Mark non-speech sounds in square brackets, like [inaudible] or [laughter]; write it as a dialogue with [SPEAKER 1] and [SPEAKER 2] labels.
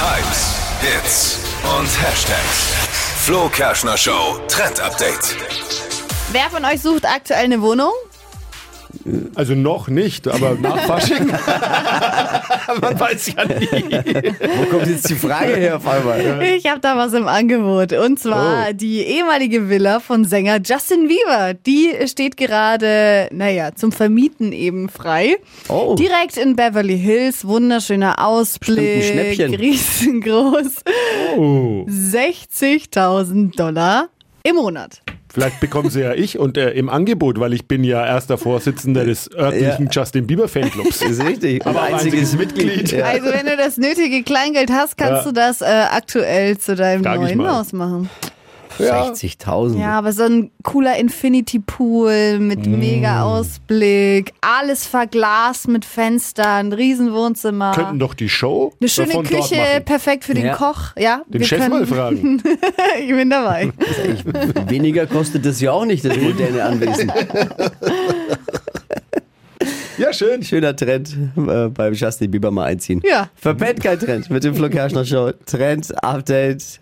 [SPEAKER 1] Hypes, Hits und Hashtags. Flo Kerschner Show Trend Update.
[SPEAKER 2] Wer von euch sucht aktuell eine Wohnung?
[SPEAKER 3] Also noch nicht, aber [laughs] nach Fasching. Man weiß ja nie.
[SPEAKER 4] Wo kommt jetzt die Frage her auf einmal?
[SPEAKER 2] Ich habe da was im Angebot. Und zwar
[SPEAKER 4] Oh.
[SPEAKER 2] die ehemalige Villa von Sänger Justin Bieber. Die steht gerade, naja, zum Vermieten eben frei.
[SPEAKER 4] Oh.
[SPEAKER 2] Direkt in Beverly Hills. Wunderschöner Ausblick.
[SPEAKER 4] Stimmt, ein Schnäppchen. Oh.
[SPEAKER 2] Riesengroß. 60.000 Dollar im Monat.
[SPEAKER 3] Vielleicht bekommen sie ja ich und er im Angebot, weil ich bin ja erster Vorsitzender des örtlichen Justin Bieber Fanclubs.
[SPEAKER 4] Ist richtig. Aber
[SPEAKER 3] einziges Mitglied.
[SPEAKER 4] Ja.
[SPEAKER 2] Also wenn du das nötige Kleingeld hast, kannst du
[SPEAKER 3] Ja.
[SPEAKER 2] das äh, aktuell zu deinem
[SPEAKER 3] Frag ich
[SPEAKER 2] neuen
[SPEAKER 3] mal.
[SPEAKER 2] Haus machen.
[SPEAKER 4] 60.000.
[SPEAKER 2] Ja, aber so ein cooler Infinity Pool mit
[SPEAKER 3] Mm.
[SPEAKER 2] mega Ausblick, alles verglast mit Fenstern, Riesenwohnzimmer.
[SPEAKER 3] Könnten doch die Show
[SPEAKER 2] eine schöne
[SPEAKER 3] von dort
[SPEAKER 2] Küche,
[SPEAKER 3] machen.
[SPEAKER 2] perfekt für den
[SPEAKER 4] Ja.
[SPEAKER 2] Koch. Ja,
[SPEAKER 3] Den
[SPEAKER 2] wir
[SPEAKER 3] Chef mal
[SPEAKER 2] [laughs] können-
[SPEAKER 3] fragen.
[SPEAKER 2] ich bin dabei.
[SPEAKER 4] Weniger kostet das ja auch nicht, das moderne Anwesen.
[SPEAKER 3] Ja, schön.
[SPEAKER 4] [laughs] Schöner Trend äh, beim Justin Bieber mal einziehen.
[SPEAKER 2] Ja.
[SPEAKER 4] Verpennt kein Trend mit dem Flo Kerschner Show. Trend Update.